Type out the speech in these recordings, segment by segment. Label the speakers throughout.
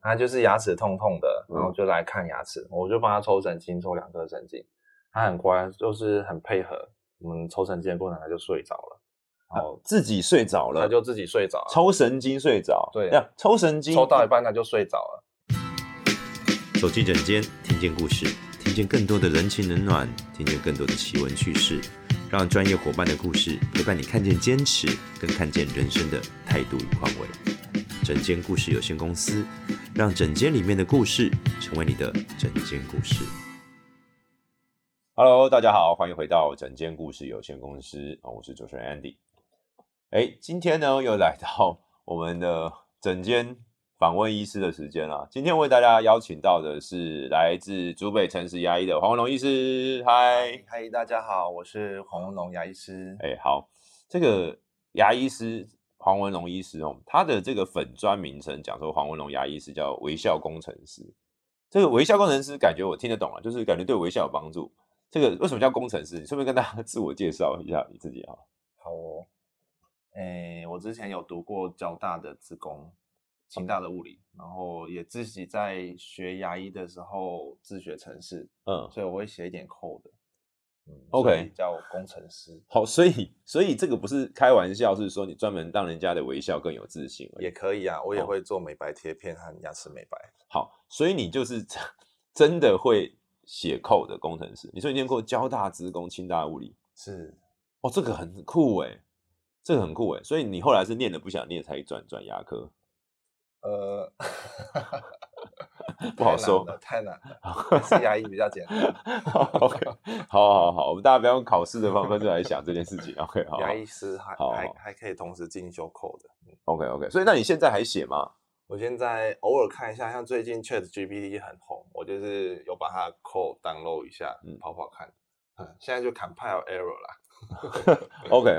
Speaker 1: 他就是牙齿痛痛的，
Speaker 2: 嗯
Speaker 1: 然后就来看牙齿，我就帮他抽神经，抽两颗神经，他很乖，就是很配合。我们抽神经的过程，他就睡着了，然后
Speaker 2: 哦自己睡着了，
Speaker 1: 他啊就自己睡着了，啊
Speaker 2: 抽神经睡着，
Speaker 1: 对
Speaker 2: 这样抽神经，
Speaker 1: 抽到一半他就睡着了。
Speaker 3: 走进诊间，听见故事，听见更多的人情冷暖，听见更多的奇闻趣事，让专业伙伴的故事陪伴你看见坚持，更看见人生的态度与宽慰。诊间故事有限公司，让诊间里面的故事成为你的诊间故事。
Speaker 2: Hello，大家好，欢迎回到整间故事有限公司啊，我是主持人 Andy。哎，今天呢又来到我们的整间访问医师的时间啦。今天为大家邀请到的是来自竹北城市牙医的黄文龙医师，嗨，
Speaker 1: 嗨，大家好，我是黄文龙牙医师。
Speaker 2: 哎，好，这个牙医师黄文龙医师哦，他的这个粉专名称讲说黄文龙牙医师叫微笑工程师。这个微笑工程师感觉我听得懂了，啊就是感觉对微笑有帮助。这个为什么叫工程师？你顺便跟大家 自我介绍一下你自己啊。
Speaker 1: 好哦，诶、我之前有读过交大的职工，清大的物理，然后也自己在学牙医的时候自学程式，
Speaker 2: 嗯，
Speaker 1: 所以我会写一点 code 嗯
Speaker 2: OK
Speaker 1: 所以叫工程师
Speaker 2: 好，所以所以这个不是开玩笑，是说你专门让人家的微笑更有自信而已
Speaker 1: 也可以啊，我也
Speaker 2: 哦
Speaker 1: 会做美白贴片和牙齿美白。
Speaker 2: 好，所以你就是真 的会写扣的工程师。你说你念过交大资工、清大物理，
Speaker 1: 是，
Speaker 2: 哦，这个很酷哎，这个很酷哎。所以你后来是念了不想念才转转牙科，
Speaker 1: 呃，
Speaker 2: 不好
Speaker 1: 太难
Speaker 2: 说
Speaker 1: 了太难了，还是牙医比较简单，
Speaker 2: OK，好好好，我们大家不要用考试的方分来想这件事情。OK，好
Speaker 1: 牙医师还
Speaker 2: 好
Speaker 1: 还
Speaker 2: 好
Speaker 1: 还可以同时进修 code 的。嗯
Speaker 2: ，OK OK。所以那你现在还写吗？
Speaker 1: 我现在偶尔看一下，像最近 Chat GPT 很红，我就是有把它 code download 一下，
Speaker 2: 嗯
Speaker 1: 跑跑看。嗯，现在就 compile error 啦
Speaker 2: OK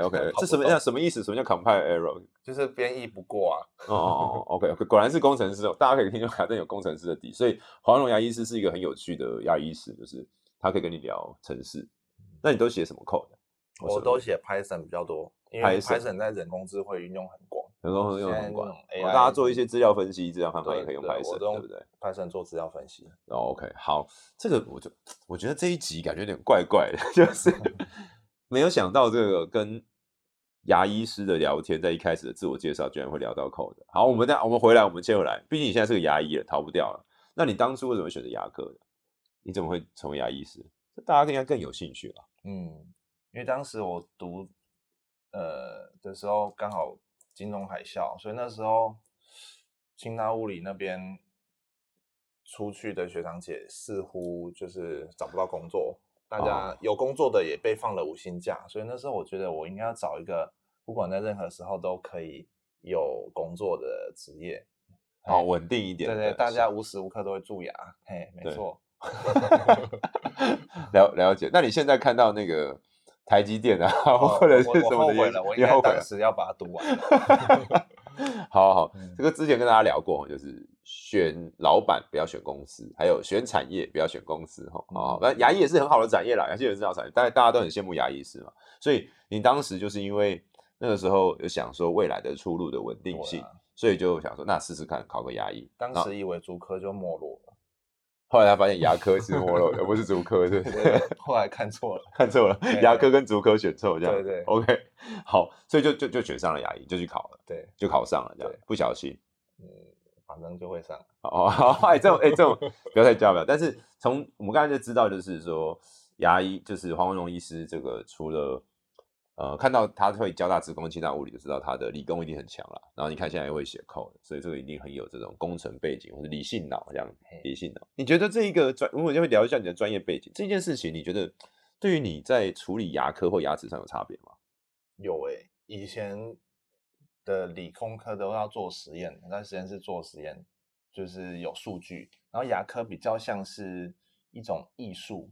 Speaker 2: OK，
Speaker 1: 跑不
Speaker 2: 这什么
Speaker 1: 动
Speaker 2: 叫什么意思？什么叫 compile error？
Speaker 1: 就是编译不过啊。
Speaker 2: 哦哦哦，OK，果然是工程师哦，大家可以听出来，真有工程师的底。所以黄龙牙医师是一个很有趣的牙医师，就是他可以跟你聊城市。那你都写什么 code？或
Speaker 1: 我
Speaker 2: 什
Speaker 1: 都
Speaker 2: 么
Speaker 1: 写 Python 比较多，因为
Speaker 2: Python
Speaker 1: Python 在人工智慧运用很广。
Speaker 2: 很多用
Speaker 1: 现在
Speaker 2: 很广，
Speaker 1: 那
Speaker 2: 哦
Speaker 1: 种
Speaker 2: 大
Speaker 1: AI
Speaker 2: 家做一些资料分析，这样看看
Speaker 1: 对
Speaker 2: 也可以用
Speaker 1: 对
Speaker 2: Python，
Speaker 1: 我都
Speaker 2: 对
Speaker 1: 用
Speaker 2: 不对？
Speaker 1: Python 做资料分析，
Speaker 2: 哦，OK，好，这个我就我觉得这一集感觉有点怪怪的， 就是没有想到这个跟牙医师的聊天，在一开始的自我介绍居然会聊到 code。好，我
Speaker 1: 嗯
Speaker 2: 们再我们回来，我们切回来，毕竟你现在是个牙医了，逃不掉了。那你当初为什么会选择牙科的？你怎么会成为牙医师？这大家应该更有兴趣了。
Speaker 1: 嗯，因为当时我读呃的时候刚好金融海啸，所以那时候清大物理那边出去的学长姐似乎就是找不到工作，大家
Speaker 2: 哦
Speaker 1: 有工作的也被放了无薪假，所以那时候我觉得我应该要找一个不管在任何时候都可以有工作的职业。
Speaker 2: 好，
Speaker 1: 哎
Speaker 2: 稳定一点
Speaker 1: 对
Speaker 2: 的。
Speaker 1: 对，大
Speaker 2: 是
Speaker 1: 家无时无刻都会蛀牙，嘿，没
Speaker 2: 对
Speaker 1: 错。
Speaker 2: 了了解。那你现在看到那个台积电啊，
Speaker 1: 哦
Speaker 2: 或者
Speaker 1: 我
Speaker 2: 是
Speaker 1: 我
Speaker 2: 什么
Speaker 1: 后
Speaker 2: 的
Speaker 1: 悔
Speaker 2: 研
Speaker 1: 了，
Speaker 2: 究，
Speaker 1: 我
Speaker 2: 你
Speaker 1: 应该
Speaker 2: 后悔
Speaker 1: 当
Speaker 2: 了。
Speaker 1: 时要把它读完了。
Speaker 2: 好好，
Speaker 1: 嗯
Speaker 2: 这个之前跟大家聊过，就是选老板不要选公司，还有选产业不要选公司哈。
Speaker 1: 嗯，
Speaker 2: 哦那牙医也是很好的产业啦，牙医也是很好的产业，大家大家都很羡慕牙医师嘛。所以你当时就是因为那个时候有想说未来的出路的稳定
Speaker 1: 对
Speaker 2: 性
Speaker 1: 啊，
Speaker 2: 所以就想说那试试看考个牙医。
Speaker 1: 当
Speaker 2: 然后
Speaker 1: 时以为竹科就没落了，
Speaker 2: 后来他发现牙科是没 落的，不是足科，对不对？
Speaker 1: 后来看错了。
Speaker 2: 看错了，
Speaker 1: 对
Speaker 2: 牙科跟足科选错这样。
Speaker 1: 对对
Speaker 2: ，OK，好，所以就就就选上了牙医，就去考了，
Speaker 1: 对，
Speaker 2: 就考上了这样
Speaker 1: 对，
Speaker 2: 不小心。
Speaker 1: 嗯，反正就会上。
Speaker 2: 哦， 好，哎，这种，哎，这种不要太骄傲。但是从我们刚才就知道，就是说牙医，就是黄文荣医师，这个除了呃看到他会交大职工、清大物理，就知道他的理工一定很强了。然后你看现在也会写 code，所以这个一定很有这种工程背景或者理性脑这样
Speaker 1: 嘿
Speaker 2: 理性脑。你觉得这一个专，我们就会聊一下你的专业背景这件事情，你觉得对于你在处理牙科或牙齿上有差别吗？
Speaker 1: 有诶、以前的理工科都要做实验，在实验室做实验，就是有数据。然后牙科比较像是一种艺术，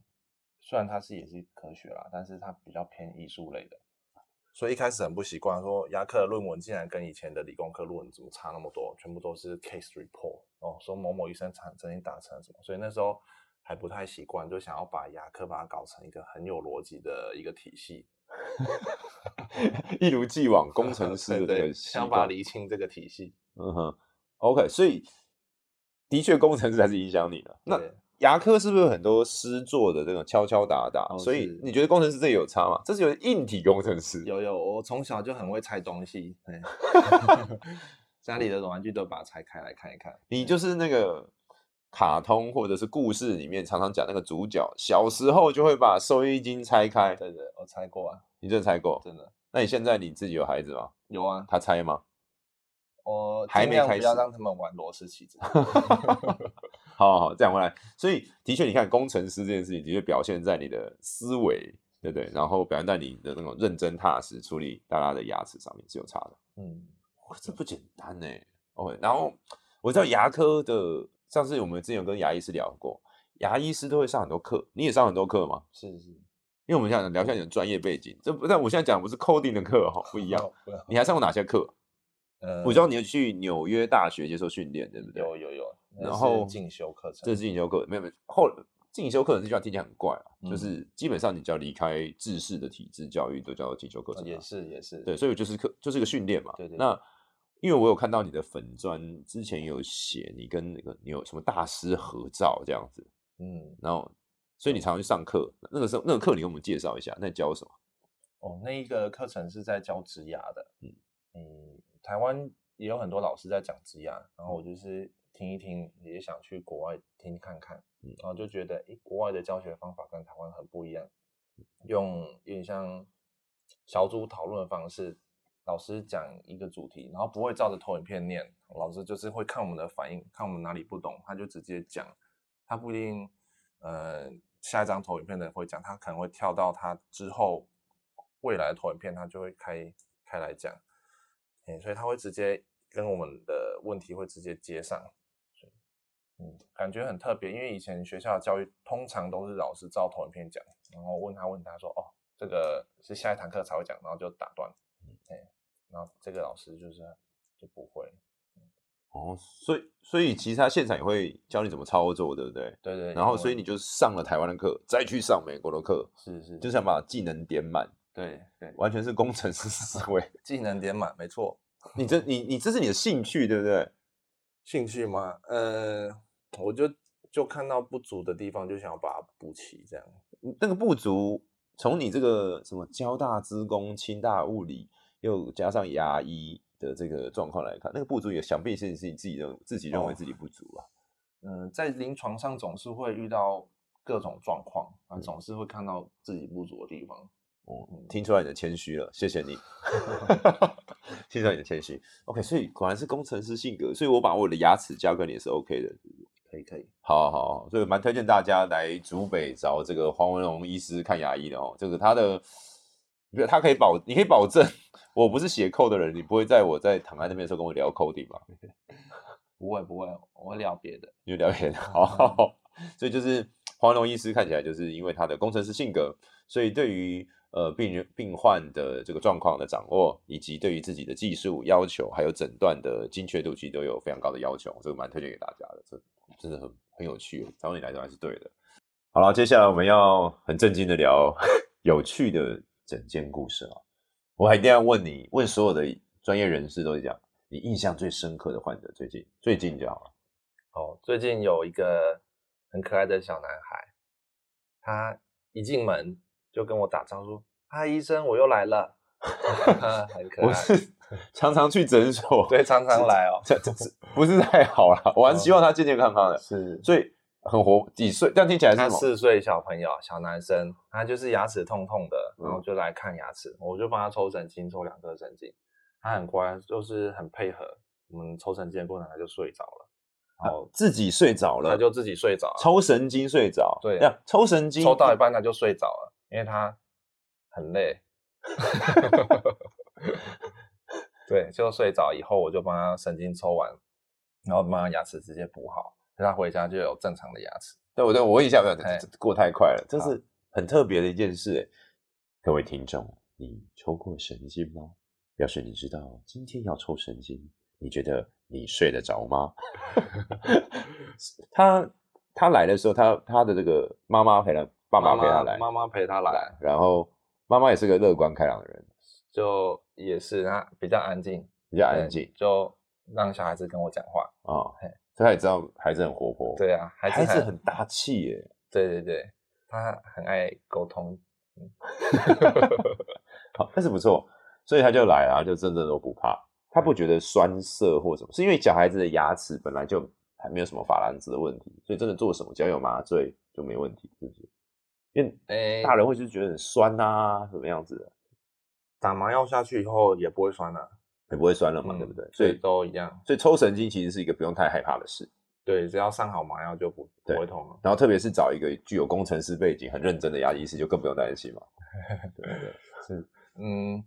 Speaker 1: 虽然它是也是科学啦，但是它比较偏艺术类的。所以一开始很不习惯，说牙科的论文竟然跟以前的理工科论文怎么差那么多，全部都是 case report 哦，说某某医生产曾经达成了什么，所以那时候还不太习惯，就想要把牙科把它搞成一个很有逻辑的一个体系，
Speaker 2: 一如既往，工程师
Speaker 1: 啊 对
Speaker 2: 的这
Speaker 1: 对
Speaker 2: 个习
Speaker 1: 想
Speaker 2: 惯
Speaker 1: 把理清这个体系。
Speaker 2: 嗯哼，OK，所以的确工程师还是影响你的。那
Speaker 1: 对
Speaker 2: 牙科是不是有很多诗作的这种敲敲打打？
Speaker 1: 哦
Speaker 2: 所以
Speaker 1: 是
Speaker 2: 你觉得工程师这有差吗？这是有硬体工程师，
Speaker 1: 有有，我从小就很会拆东西， 哎家里的玩具都把它拆开来看一看。
Speaker 2: 你就是那个卡通或者是故事里面常常讲那个主角，小时候就会把收衣巾拆开。
Speaker 1: 对对，我拆过啊，
Speaker 2: 你真的拆过？
Speaker 1: 真的
Speaker 2: 那你现在你自己有孩子吗？
Speaker 1: 有啊。
Speaker 2: 他拆吗？
Speaker 1: 我
Speaker 2: 还
Speaker 1: 尽
Speaker 2: 没
Speaker 1: 量
Speaker 2: 开
Speaker 1: 不要
Speaker 2: 始
Speaker 1: 让他们玩螺丝起 子。
Speaker 2: 好好好，再回来。所以的确，你看工程师这件事情，的确表现在你的思维，对不对？然后表现在你的那种认真踏实处理大家的牙齿上面是有差的。
Speaker 1: 嗯，
Speaker 2: 哇，这不简单呢。OK，然后我知道牙科的，上次我们之前有跟牙医师聊过，牙医师都会上很多课，你也上很多课吗？
Speaker 1: 是是，
Speaker 2: 因为我们想聊一下你的专业背景，这不但我现在讲不是 coding 的课 哦，不一样。
Speaker 1: 不要。
Speaker 2: 你还上过哪些课？
Speaker 1: 呃
Speaker 2: 我知道你有去纽约大学接受训练，对不对？
Speaker 1: 有有有，那
Speaker 2: 然
Speaker 1: 是
Speaker 2: 后
Speaker 1: 进修课程，
Speaker 2: 这是进修课，没有没有后进修课程这句话听起来很怪啊，就
Speaker 1: 嗯
Speaker 2: 是基本上你只要离开制式的体制教育，都叫做进修课
Speaker 1: 呃
Speaker 2: 程啊、
Speaker 1: 也是也是，
Speaker 2: 对，所以就是课就是个训练嘛。
Speaker 1: 对对对
Speaker 2: 那因为我有看到你的粉砖之前有写你跟那个你有什么大师合照这样子，
Speaker 1: 嗯，
Speaker 2: 然后所以你常常去上课，那个时候那个课你给我们介绍一下，那教什么？
Speaker 1: 哦，那一个课程是在教植牙的，
Speaker 2: 嗯
Speaker 1: 嗯台湾也有很多老师在讲植牙，然
Speaker 2: 嗯
Speaker 1: 后我就是听一听，也想去国外听看看，
Speaker 2: 嗯
Speaker 1: 然后就觉得，诶，国外的教学方法跟台湾很不一样，
Speaker 2: 嗯
Speaker 1: 用有点像小组讨论的方式，老师讲一个主题，然后不会照着投影片念，老师就是会看我们的反应，看我们哪里不懂，他就直接讲，他不一定，呃，下一张投影片的人会讲，他可能会跳到他之后未来的投影片，他就会开开来讲，哎，所以他会直接跟我们的问题会直接接上，所以嗯，感觉很特别，因为以前学校的教育通常都是老师照投影片讲，然后问他问他说，哦，这个是下一堂课才会讲，然后就打断，哎，然后这个老师就是就不会，
Speaker 2: 哦，所以所以其实他现场也会教你怎么操作，对不对？
Speaker 1: 对对，
Speaker 2: 然后所以你
Speaker 1: 就
Speaker 2: 就上了台湾的课，再去上美国的课，
Speaker 1: 是是
Speaker 2: 就想把技能点满，
Speaker 1: 对对，
Speaker 2: 完全是工程师思维。
Speaker 1: 技能点满，没错。
Speaker 2: 你这你你这是你的兴趣，对不对？
Speaker 1: 兴趣吗？呃，我就就看到不足的地方，就想要把它补齐，这样。
Speaker 2: 你嗯那个不足，从你这个什么交大资工、清大物理，又加上牙医的这个状况来看，那个不足也想必是你自己自己认自己认为
Speaker 1: 哦
Speaker 2: 自己不足啊。
Speaker 1: 嗯、在临床上总是会遇到各种状况，啊，
Speaker 2: 嗯
Speaker 1: 总是会看到自己不足的地方。
Speaker 2: 哦
Speaker 1: 嗯，
Speaker 2: 听出来你的谦虚了，谢谢 你，听出来你的谦虚。OK，所以果然是工程师性格，所以我把我的牙齿交给你是 OK 的。
Speaker 1: 可以，可以。
Speaker 2: 好好好，所以蛮推荐大家来竹北找这个黄文龙医师看牙医的哦。这个他的，不是他可以保，你可以保证， 我不是写扣的人，你不会在我在躺在那边的时候跟我聊扣顶吧？
Speaker 1: 不会，不会，我会聊别的。
Speaker 2: 你就聊别 的，好。所以就是黄文龙医师看起来就是因为他的工程师性格，所以对于呃病人病患的这个状况的掌握，以及对于自己的技术要求，还有诊断的精确度，其实都有非常高的要求，这个蛮推荐给大家的，这真的很很有趣，找你来讲还是对的。好了，接下来我们要很正经的聊有趣的整件故事了。我还一定要问你，问所有的专业人士都是这样，你印象最深刻的患者，最近最近就好了。
Speaker 1: 哦，最近有一个很可爱的小男孩，他一进门就跟我打招呼：“嗨，医生，我又来了。” 很可
Speaker 2: 我
Speaker 1: 爱。
Speaker 2: 是常常去诊所，
Speaker 1: 啊对，哦常常来哦。
Speaker 2: 这这是不是太好了？我还是希望他健健康康的，
Speaker 1: 是
Speaker 2: 所以很活几岁，但听起来是
Speaker 1: 他
Speaker 2: 什么？
Speaker 1: 四岁小朋友，小男生，他就是牙齿痛痛的，然后
Speaker 2: 嗯
Speaker 1: 就来看牙齿，我就帮他抽神经，抽两颗神经，他很乖，就是很配合。我们抽神经的过程，他就睡着了，哦然后
Speaker 2: 自己睡着了，
Speaker 1: 他就自己睡着了，
Speaker 2: 抽神经睡着，
Speaker 1: 对
Speaker 2: 这样抽神经
Speaker 1: 抽到一半他就睡着了，因为他很累。 对，就睡着以后，我就帮他神经抽完，然后帮他牙齿直接补好，所以他回家就有正常的牙齿。
Speaker 2: 对，我对我问一下，不要这
Speaker 1: 哎
Speaker 2: 这这过太快了，这
Speaker 1: 好
Speaker 2: 是很特别的一件事。哎各位听众，你抽过神经吗？要是你知道今天要抽神经，你觉得你睡得着吗？ 他他来的时候，他他的这个妈妈陪他，爸爸陪他来，
Speaker 1: 妈妈陪他来，
Speaker 2: 然后妈妈也是个乐观开朗的人，
Speaker 1: 就也是他比较安静，
Speaker 2: 比较
Speaker 1: 对
Speaker 2: 安静
Speaker 1: 就让小孩子跟我讲话。
Speaker 2: 啊
Speaker 1: 嘿。
Speaker 2: 所以他也知道孩子很活泼，，
Speaker 1: 对啊，孩
Speaker 2: 孩
Speaker 1: 子
Speaker 2: 子很大气耶，
Speaker 1: 对对对，他很爱沟通，
Speaker 2: 好，但是不错，所以他就来了，啊他就真的都不怕，他
Speaker 1: 嗯
Speaker 2: 不觉得酸涩或什么，是因为小孩子的牙齿本来就还没有什么珐琅质的问题，所以真的做什么只要有麻醉就没问题，是不是？因为
Speaker 1: 哎、
Speaker 2: 大人会就是觉得很酸啊，什么样子的，
Speaker 1: 打麻药下去以后也不会酸了、
Speaker 2: 也不会酸了嘛，
Speaker 1: 嗯
Speaker 2: 对不对？所
Speaker 1: 所以
Speaker 2: 以
Speaker 1: 都一样。
Speaker 2: 所以抽神经其实是一个不用太害怕的事，
Speaker 1: 对，只要上好麻药就不不
Speaker 2: 对
Speaker 1: 会痛了。
Speaker 2: 然后特别是找一个具有工程师背景、很认真的牙医师，就更不用担心嘛。对对对，
Speaker 1: 嗯，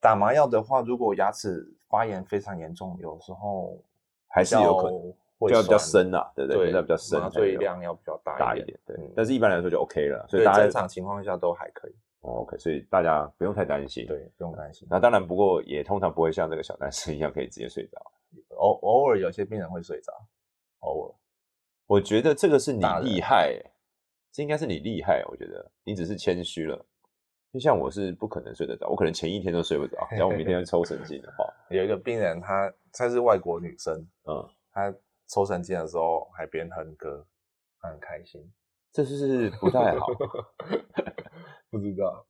Speaker 1: 打麻药的话，如果牙齿发炎非常严重，有时候
Speaker 2: 还是有可能
Speaker 1: 比较会
Speaker 2: 就要比较
Speaker 1: 酸
Speaker 2: 深啊啦，对不对？
Speaker 1: 对，
Speaker 2: 就要比较深，
Speaker 1: 麻醉量要比较大
Speaker 2: 大
Speaker 1: 一
Speaker 2: 一
Speaker 1: 点
Speaker 2: 点，对
Speaker 1: 嗯。
Speaker 2: 但是一般来说就 OK 了，所
Speaker 1: 所
Speaker 2: 以
Speaker 1: 以
Speaker 2: 大
Speaker 1: 正
Speaker 2: 家
Speaker 1: 常情况下都还可以，
Speaker 2: 哦 OK，所以大家不用太担心。，
Speaker 1: 对，不用担心。
Speaker 2: 那当然，不过也通常不会像这个小男生一样可以直接睡着。
Speaker 1: 偶偶尔有些病人会睡着，偶尔。
Speaker 2: 我觉得这个是你
Speaker 1: 大人
Speaker 2: 厉害欸，这应该是你厉害。我觉得你只是谦虚了，就像我是不可能睡得着，我可能前一天都睡不着。假如我明天要抽神经的话，
Speaker 1: 有一个病人她她是外国女生，
Speaker 2: 嗯，
Speaker 1: 她抽神经的时候还边哼歌，她很开心。
Speaker 2: 这就是不太 好。
Speaker 1: 不知道，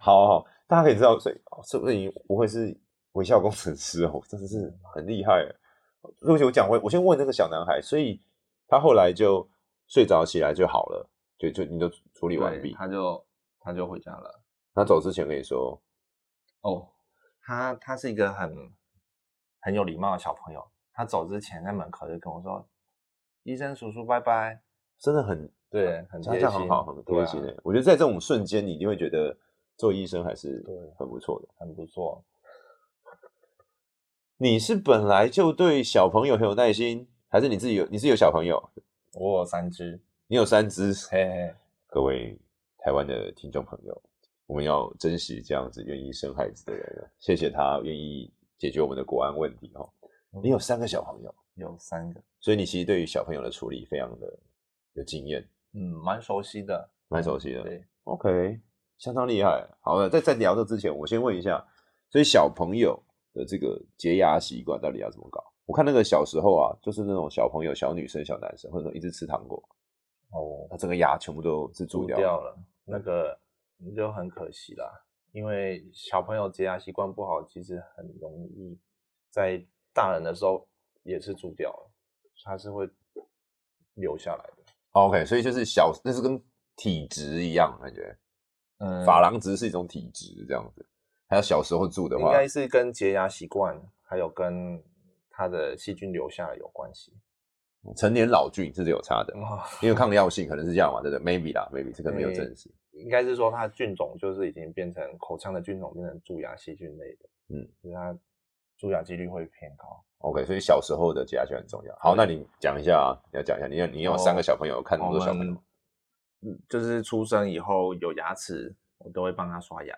Speaker 2: 好好，大家可以知道，所以哦说不定不会是微笑工程师哦，真的是很厉害耶。对不起，我讲回，我先问那个小男孩，所以他后来就睡着起来就好了，就就你就处理完毕。
Speaker 1: 她就她就回家了。
Speaker 2: 他走之前跟你说，
Speaker 1: 哦，他他是一个很很有礼貌的小朋友。他走之前在门口就跟我说：“医生叔叔，拜拜。
Speaker 2: 真的很”
Speaker 1: 对，很
Speaker 2: 这
Speaker 1: 贴
Speaker 2: 样
Speaker 1: 心，
Speaker 2: 很好，很
Speaker 1: 对
Speaker 2: 贴
Speaker 1: 啊
Speaker 2: 心耶。我觉得在这种瞬间，你一定会觉得做医生还是
Speaker 1: 对
Speaker 2: 很不错的。
Speaker 1: 很不错。
Speaker 2: 你是本来就对小朋友很有耐心，还是你自己有？你是有小朋友，
Speaker 1: 我有三只，
Speaker 2: 你有三 只，
Speaker 1: 嘿嘿，
Speaker 2: 各位台湾的听众朋友，我们要珍惜这样子愿意生孩子的人了，谢谢他愿意解决我们的国安问题哦。你有三个小朋友，
Speaker 1: 有三个，
Speaker 2: 所以你其实对于小朋友的处理非常的有经验，
Speaker 1: 嗯，蛮熟悉的，
Speaker 2: 蛮熟悉的。
Speaker 1: 对，
Speaker 2: OK，相当厉害。好了，在在聊这之前，我先问一下，所以小朋友的这个洁牙习惯到底要怎么搞？我看那个小时候啊，就是那种小朋友、小女生、小男生，或者说一直吃糖果，
Speaker 1: 哦，
Speaker 2: 他整个牙全部都是蛀
Speaker 1: 蛀
Speaker 2: 掉。
Speaker 1: 掉了，那个你就很可惜啦。因为小朋友洁牙习惯不好，其实很容易在大人的时候也是蛀掉了，它是会留下来的。
Speaker 2: OK，所以就是小，那是跟体质一样，感觉
Speaker 1: 嗯
Speaker 2: 珐琅质是一种体质这样子。还有小时候住的
Speaker 1: 应
Speaker 2: 话，
Speaker 1: 该是跟洁牙习惯，还有跟它的细菌留下来有关系。
Speaker 2: 成年老菌这是有差的，
Speaker 1: 哇，
Speaker 2: 因为抗药性可能是这样嘛，对不对？Maybe 啦，Maybe 这个没有
Speaker 1: 对
Speaker 2: 证实。
Speaker 1: 应该是说它菌种就是已经变成口腔的菌种变成蛀牙细菌类的，
Speaker 2: 嗯，
Speaker 1: 所以它蛀牙几率会偏高。
Speaker 2: OK，所以小时候的洁牙就很重要。好，那你讲一下啊，你要讲一下，你有你有
Speaker 1: 哦
Speaker 2: 三个小朋友，看那么多小朋友，
Speaker 1: 嗯，就是出生以后有牙齿，我都会帮他刷牙，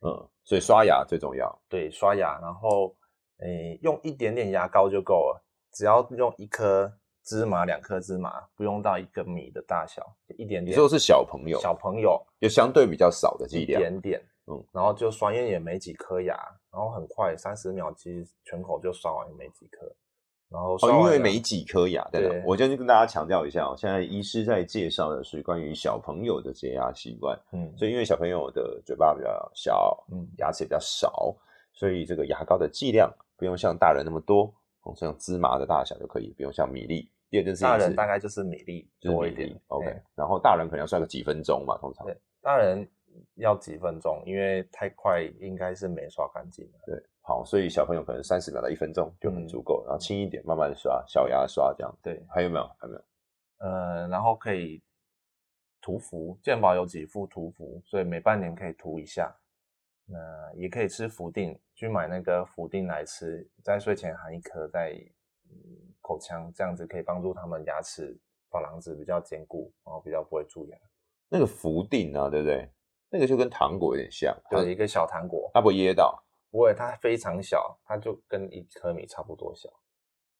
Speaker 2: 嗯，所以刷牙最重要。
Speaker 1: 对，刷牙，然后诶、用一点点牙膏就够了，只要用一颗芝麻、两颗芝麻，不用到一个米的大小，就一点点。
Speaker 2: 你说的是小朋友，
Speaker 1: 小朋友，
Speaker 2: 就相对比较少的剂
Speaker 1: 一
Speaker 2: 量，
Speaker 1: 点点，
Speaker 2: 嗯
Speaker 1: 嗯，然后就刷，因为也没几颗牙，然后很快三十秒，其实全口就刷完没几颗，然后刷
Speaker 2: 哦，因
Speaker 1: 完
Speaker 2: 为
Speaker 1: 了
Speaker 2: 没几颗牙，对的
Speaker 1: 对。
Speaker 2: 我先跟大家强调一下哦，现在医师在介绍的是关于小朋友的洁牙习惯，
Speaker 1: 嗯，
Speaker 2: 所以因为小朋友的嘴巴比较小，
Speaker 1: 嗯
Speaker 2: 牙齿也比较少，所以这个牙膏的剂量不用像大人那么多，哦，像芝麻的大小就可以，不用像米粒。第二件事情
Speaker 1: 大
Speaker 2: 是，
Speaker 1: 人大概就是米粒
Speaker 2: 就是
Speaker 1: 多
Speaker 2: 米
Speaker 1: 一点
Speaker 2: 粒，OK、
Speaker 1: 哎
Speaker 2: 然后大人可能要刷个几分钟嘛，通常。
Speaker 1: 对大人要几分钟，因为太快应该是没刷干净的，
Speaker 2: 对，好，所以小朋友可能三十秒到一分钟就很
Speaker 1: 嗯
Speaker 2: 足够，然后轻一点，慢慢刷，小牙刷这样。
Speaker 1: 对，
Speaker 2: 还有没有？还有没有？
Speaker 1: 呃，然后可以涂氟，健保有几副涂氟，所以每半年可以涂一下，那、也可以吃氟定，去买那个氟定来吃，在睡前含一颗在、嗯口腔，这样子可以帮助他们牙齿珐琅质比较坚固，然后比较不会蛀牙。
Speaker 2: 那个氟定啊，对不对？那个就跟糖果有点像，
Speaker 1: 对，一个小糖果，
Speaker 2: 它不会噎到。
Speaker 1: 不过它非常小，它就跟一颗米差不多小。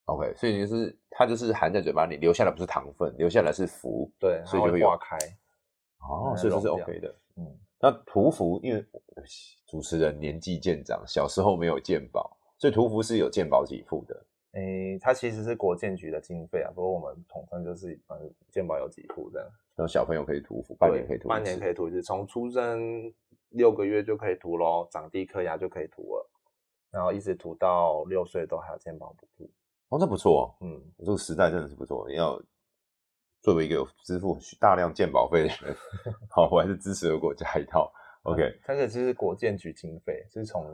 Speaker 2: OK，所以就是它就是含在嘴巴里，留下来不是糖分，留下来是氟。
Speaker 1: 对，它
Speaker 2: 所以就会
Speaker 1: 会
Speaker 2: 有
Speaker 1: 化开。
Speaker 2: 哦，
Speaker 1: 嗯
Speaker 2: 所以这是
Speaker 1: 溶掉
Speaker 2: OK 的。
Speaker 1: 嗯，
Speaker 2: 那涂氟，因为呃主持人年纪渐长，小时候没有健保，所以涂氟是有健保给付的。
Speaker 1: 诶，它其实是国建局的经费啊，不过我们统称就是反正健保有几户这样，
Speaker 2: 让小朋友可以涂氟，半年可以涂一次，
Speaker 1: 半年可以涂一次，从出生六个月就可以涂咯，长第一颗牙就可以涂了，然后一直涂到六岁都还有健保补助。
Speaker 2: 哦，那不错、哦，
Speaker 1: 嗯，
Speaker 2: 这个时代真的是不错。你要作为一个有支付大量健保费的人， 好，我还是支持了国家一套。OK，
Speaker 1: 它个就是国建局经费，是从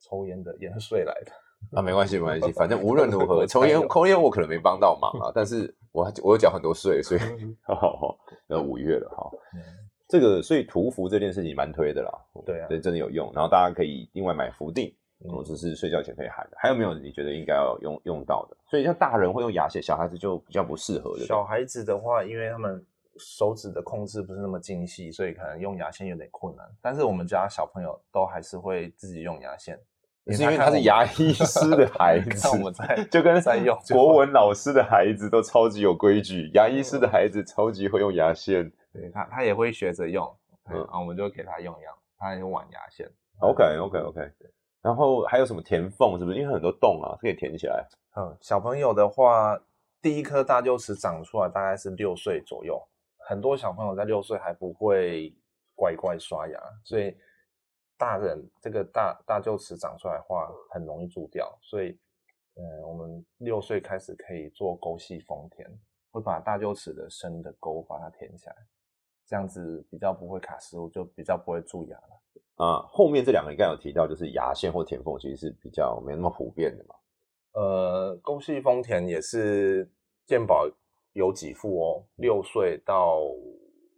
Speaker 1: 抽烟的烟税来 的。
Speaker 2: 啊，没关系，没关系，反正无论如 何，抽烟抽烟我可能没帮到忙啊，但是我还我有缴很多税，所以 好好好，那五月了，好，这个所以涂氟这件事情蛮推的啦，
Speaker 1: 嗯对啊
Speaker 2: 对，真的有用。然后大家可以另外买氟定，
Speaker 1: 嗯
Speaker 2: 我只是睡觉前可以含的。还有没有你觉得应该要用用到的？所以像大人会用牙线，小孩子就比较不适合的。
Speaker 1: 小孩子的话，因为他们手指的控制不是那么精细，所以可能用牙线有点困难。但是我们家小朋友都还是会自己用牙线，
Speaker 2: 是因为他是牙 医师的孩子
Speaker 1: 看我们在
Speaker 2: 就跟
Speaker 1: 在用就好
Speaker 2: 国文老师的孩子都超级有规矩，牙医
Speaker 1: 嗯
Speaker 2: 师的孩子超级会用牙线。
Speaker 1: 对他他也会学着用，
Speaker 2: 嗯
Speaker 1: 嗯，啊，我们就给他用样，他也玩牙线。
Speaker 2: OK OK OK。然后还有什么填缝是不是？因为很多洞啊，可以填起来。
Speaker 1: 嗯，小朋友的话，第一颗大臼齿长出来大概是六岁左右，很多小朋友在六岁还不会乖乖刷牙，所以大人这个大大臼齿长出来的话，很容易蛀掉。所以，嗯，我们六岁开始可以做沟系缝填，会把大臼齿的深的沟把它填起来，这样子比较不会卡食物，就比较不会蛀牙了。
Speaker 2: 啊，后面这两个你刚才有提到，就是牙线或填缝，其实是比较没那么普遍的嘛。
Speaker 1: 呃，沟系丰田也是健保有给付哦，六岁到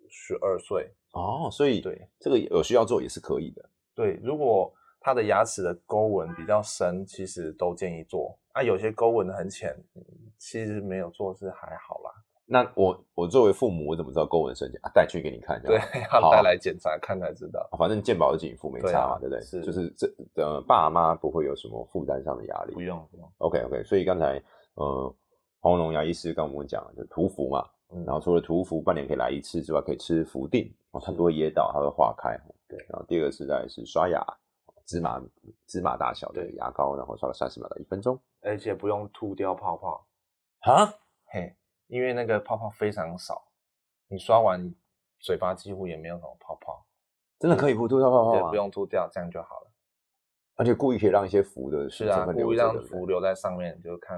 Speaker 1: 十二岁。
Speaker 2: 哦，所以
Speaker 1: 对
Speaker 2: 这个有需要做也是可以的。
Speaker 1: 对，如果他的牙齿的沟纹比较深，其实都建议做。啊，有些沟纹很浅，嗯其实没有做是还好啦。
Speaker 2: 那我我作为父母，我怎么知道沟纹深浅啊？带去给你看，这
Speaker 1: 对
Speaker 2: 样，
Speaker 1: 要
Speaker 2: 好
Speaker 1: 带来检查看才知道。
Speaker 2: 啊反正健保的给付没
Speaker 1: 对
Speaker 2: 差
Speaker 1: 啊
Speaker 2: 嘛，对不对？
Speaker 1: 是
Speaker 2: 就是这呃，爸妈不会有什么负担上的压力
Speaker 1: 不。用不用，
Speaker 2: OK OK，所以刚才呃，黄龙牙医师刚我们讲了，就涂氟嘛，
Speaker 1: 嗯
Speaker 2: 然后除了涂氟半年可以来一次之外，可以吃氟定，哦，它不会噎到，它会化开。哦
Speaker 1: 对
Speaker 2: 然后第二个是在是刷牙，哦芝麻芝麻大小的
Speaker 1: 对
Speaker 2: 牙膏，然后刷个三十秒到一分钟。
Speaker 1: 而且不用吐掉泡泡，
Speaker 2: 啊，
Speaker 1: 嘿，因为那个泡泡非常少，你刷完嘴巴几乎也没有什么泡泡，
Speaker 2: 真的可以不吐掉泡
Speaker 1: 对
Speaker 2: 泡，吗？
Speaker 1: 不，用吐掉，这样就好了。
Speaker 2: 而且故意可以让一些氟的
Speaker 1: 是
Speaker 2: 成
Speaker 1: 啊，
Speaker 2: 分留
Speaker 1: 故意
Speaker 2: 着
Speaker 1: 让
Speaker 2: 对不对
Speaker 1: 氟留在上面，就抗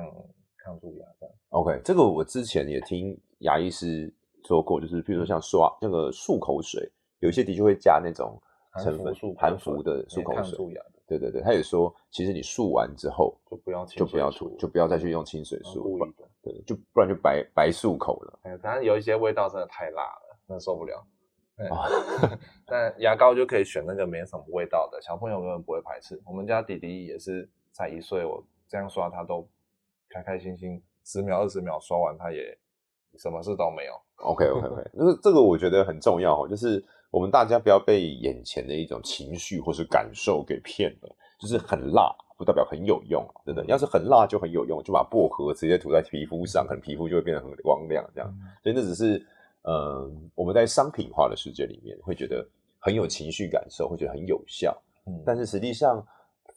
Speaker 1: 抗蛀牙这样。
Speaker 2: OK，这个我之前也听牙医师说过，就是譬如说像刷那个漱口水，有一些的确会加那种
Speaker 1: 含
Speaker 2: 成
Speaker 1: 氟
Speaker 2: 分
Speaker 1: 漱口
Speaker 2: 含
Speaker 1: 水
Speaker 2: 氟的漱
Speaker 1: 对
Speaker 2: 口
Speaker 1: 抗
Speaker 2: 水
Speaker 1: 蛀牙的
Speaker 2: 对对对，他也说，其实你漱完之后
Speaker 1: 就不要清
Speaker 2: 就不
Speaker 1: 水
Speaker 2: 要
Speaker 1: 漱哦
Speaker 2: 涂，就不要再去用清水
Speaker 1: 然后
Speaker 2: 漱，
Speaker 1: 故
Speaker 2: 不
Speaker 1: 意的。
Speaker 2: 对，就不然就白白漱口了。
Speaker 1: 哎，当然有一些味道真的太辣了，那受不了。哎
Speaker 2: 啊
Speaker 1: 但牙膏就可以选那个没什么味道的，小朋友根本不会排斥。我们家弟弟也是才一岁，我这样刷他都开开心心，十秒二十秒刷完，他也什么事都没有。
Speaker 2: OK OK OK，那个这个我觉得很重要哦，就是我们大家不要被眼前的一种情绪或是感受给骗了，就是很辣不代表很有用啊，真的，要是很辣就很有用，就把薄荷直接涂在皮肤上，可能皮肤就会变得很光亮
Speaker 1: 嗯
Speaker 2: 这样。所以那只是，呃，我们在商品化的世界里面会觉得很有情绪感受，会觉得很有效，
Speaker 1: 嗯，
Speaker 2: 但是实际上，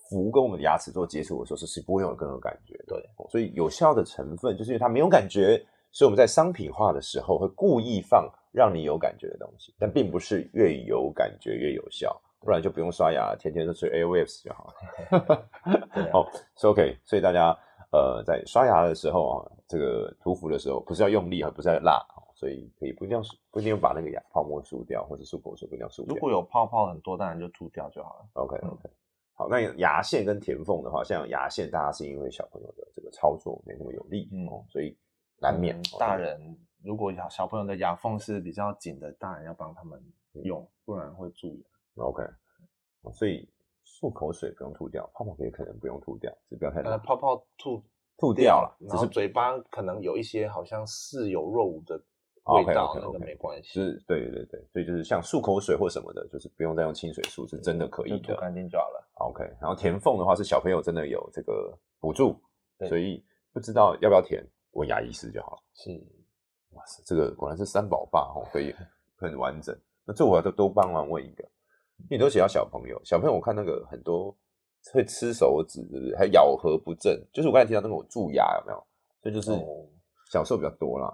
Speaker 2: 氟跟我们的牙齿做接触的时候是是不会有任何感觉的。
Speaker 1: 对
Speaker 2: 哦，所以有效的成分就是因为它没有感觉，所以我们在商品化的时候会故意放让你有感觉的东西，但并不是越有感觉越有效，不然就不用刷牙，天天都吹 Airwaves 就好了。
Speaker 1: 对啊
Speaker 2: 哦，是 OK，所以大家呃在刷牙的时候啊，这个涂氟的时候不是要用力，而不是要辣。哦所以可以不一定要不一定要把那个牙泡沫漱掉，或者漱口水不一定要漱掉
Speaker 1: 如。果有泡泡很多，当然就吐掉就好了。
Speaker 2: OK
Speaker 1: 嗯
Speaker 2: OK，好，那牙线跟填缝的话，像牙线，大家是因为小朋友的这个操作没那么有力，
Speaker 1: 嗯
Speaker 2: 哦，所以难免、
Speaker 1: 嗯
Speaker 2: 哦
Speaker 1: 大人如果小小朋友的牙缝是比较紧的，大人要帮他们
Speaker 2: 嗯
Speaker 1: 用，不然会蛀牙。
Speaker 2: OK，哦所以漱口水不用吐掉，泡泡也可能不用吐掉，只不要太
Speaker 1: 呃，
Speaker 2: 辣
Speaker 1: 泡泡吐
Speaker 2: 吐掉了，只
Speaker 1: 然后
Speaker 2: 是
Speaker 1: 嘴巴可能有一些好像似有若无的味
Speaker 2: 哦 OK
Speaker 1: 道
Speaker 2: OK
Speaker 1: 那个
Speaker 2: OK，
Speaker 1: 没关系，
Speaker 2: 是对对对，所以就是像漱口水或什么的，就是不用再用清水漱，是真的可以
Speaker 1: 就
Speaker 2: 的
Speaker 1: 吐。干净就好了。
Speaker 2: OK，然后填缝的话是小朋友真的有这个补助，
Speaker 1: 对
Speaker 2: 所以不知道要不要填，问牙医师就好了。
Speaker 1: 是，
Speaker 2: 哇塞，这个果然是三宝爸哦，可以很完整。那这我都都帮忙问一个，因为你都写到小朋友，小朋友我看那个很多会吃手指，对不对？还有咬合不正，就是我刚才提到那种蛀牙有没有？这就是
Speaker 1: 哦
Speaker 2: 小时候比较多啦。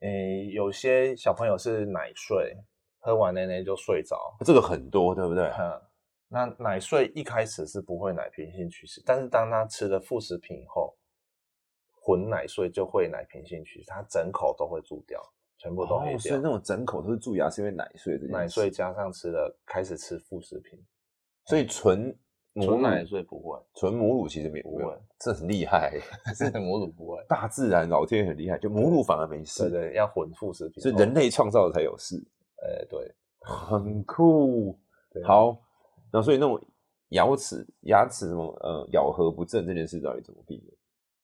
Speaker 1: 诶，有些小朋友是奶睡，喝完奶奶就睡着。
Speaker 2: 这个很多，对不对？
Speaker 1: 嗯，那奶睡一开始是不会奶瓶性龋齿，但是当他吃了副食品以后，混奶睡就会奶瓶性龋齿，他整口都会蛀掉，全部都黑
Speaker 2: 哦，所以
Speaker 1: 掉。
Speaker 2: 那种整口都是蛀牙，是因为奶碎这件
Speaker 1: 奶
Speaker 2: 事
Speaker 1: 睡加上吃了开始吃副食品，
Speaker 2: 所以纯母乳
Speaker 1: 纯奶睡不会，
Speaker 2: 纯母乳其实没有
Speaker 1: 不
Speaker 2: 没有
Speaker 1: 会
Speaker 2: 这很厉害，
Speaker 1: 是母乳不会。
Speaker 2: 大自然老天很厉害，就母乳反而没
Speaker 1: 对
Speaker 2: 事，
Speaker 1: 对，要混副食品。
Speaker 2: 是人，类创造的才有事，
Speaker 1: 呃，对，
Speaker 2: 很酷。
Speaker 1: 对啊
Speaker 2: 好，那所以那种牙齿牙齿什么呃咬合不正这件事到底怎么避免？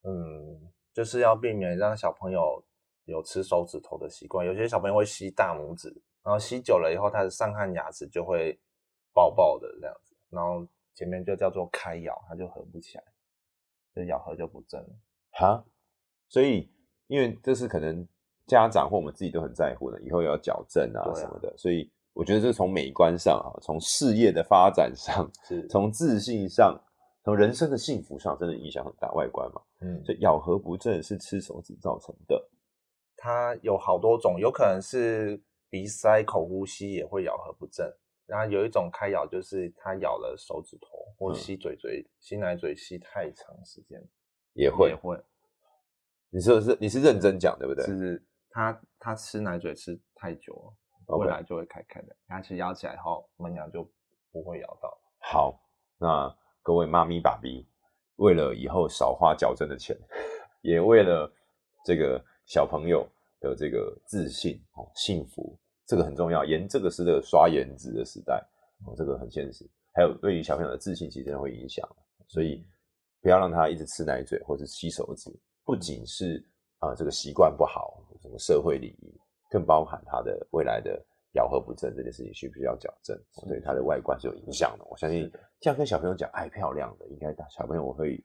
Speaker 1: 嗯，就是要避免让小朋友有吃手指头的习惯。有些小朋友会吸大拇指，然后吸久了以后，他的上颌牙齿就会爆爆的这样子，然后前面就叫做开咬，它就合不起来，就咬合就不正了。
Speaker 2: 哈，所以因为这是可能家长或我们自己都很在乎的，以后要矫正啊
Speaker 1: 对啊
Speaker 2: 什么的，所以我觉得这从美观上啊，从事业的发展上，
Speaker 1: 是，
Speaker 2: 从自信上，从人生的幸福上，真的影响很大。外观嘛，
Speaker 1: 嗯，
Speaker 2: 所以咬合不正是吃手指造成的。
Speaker 1: 它有好多种，有可能是鼻塞、口呼吸也会咬合不正。然后有一种开咬，就是它咬了手指头或
Speaker 2: 嗯
Speaker 1: 吸嘴嘴、吸奶嘴吸太长时间，
Speaker 2: 也会
Speaker 1: 也，会。
Speaker 2: 你说是你是认真讲对不对？
Speaker 1: 是他他吃奶嘴吃太久了，
Speaker 2: OK
Speaker 1: 未来就会开开的。牙齿咬起来后，门牙就不会咬到。
Speaker 2: 好，那各位妈咪爸比，为了以后少花矫正的钱， 也为了这个小朋友的这个自信哦，幸福这个很重要。颜这个是这个刷颜值的时代哦，这个很现实。还有对于小朋友的自信，其实真的会影响，所以不要让他一直吃奶嘴或者吸手指，不仅是啊、呃这个习惯不好，什么社会礼仪，更包含他的未来的咬合不正这件事情需不需要矫正，哦
Speaker 1: 是
Speaker 2: 对他的外观是有影响的。我相信
Speaker 1: 是的
Speaker 2: 这样跟小朋友讲爱漂亮的，应该大小朋友会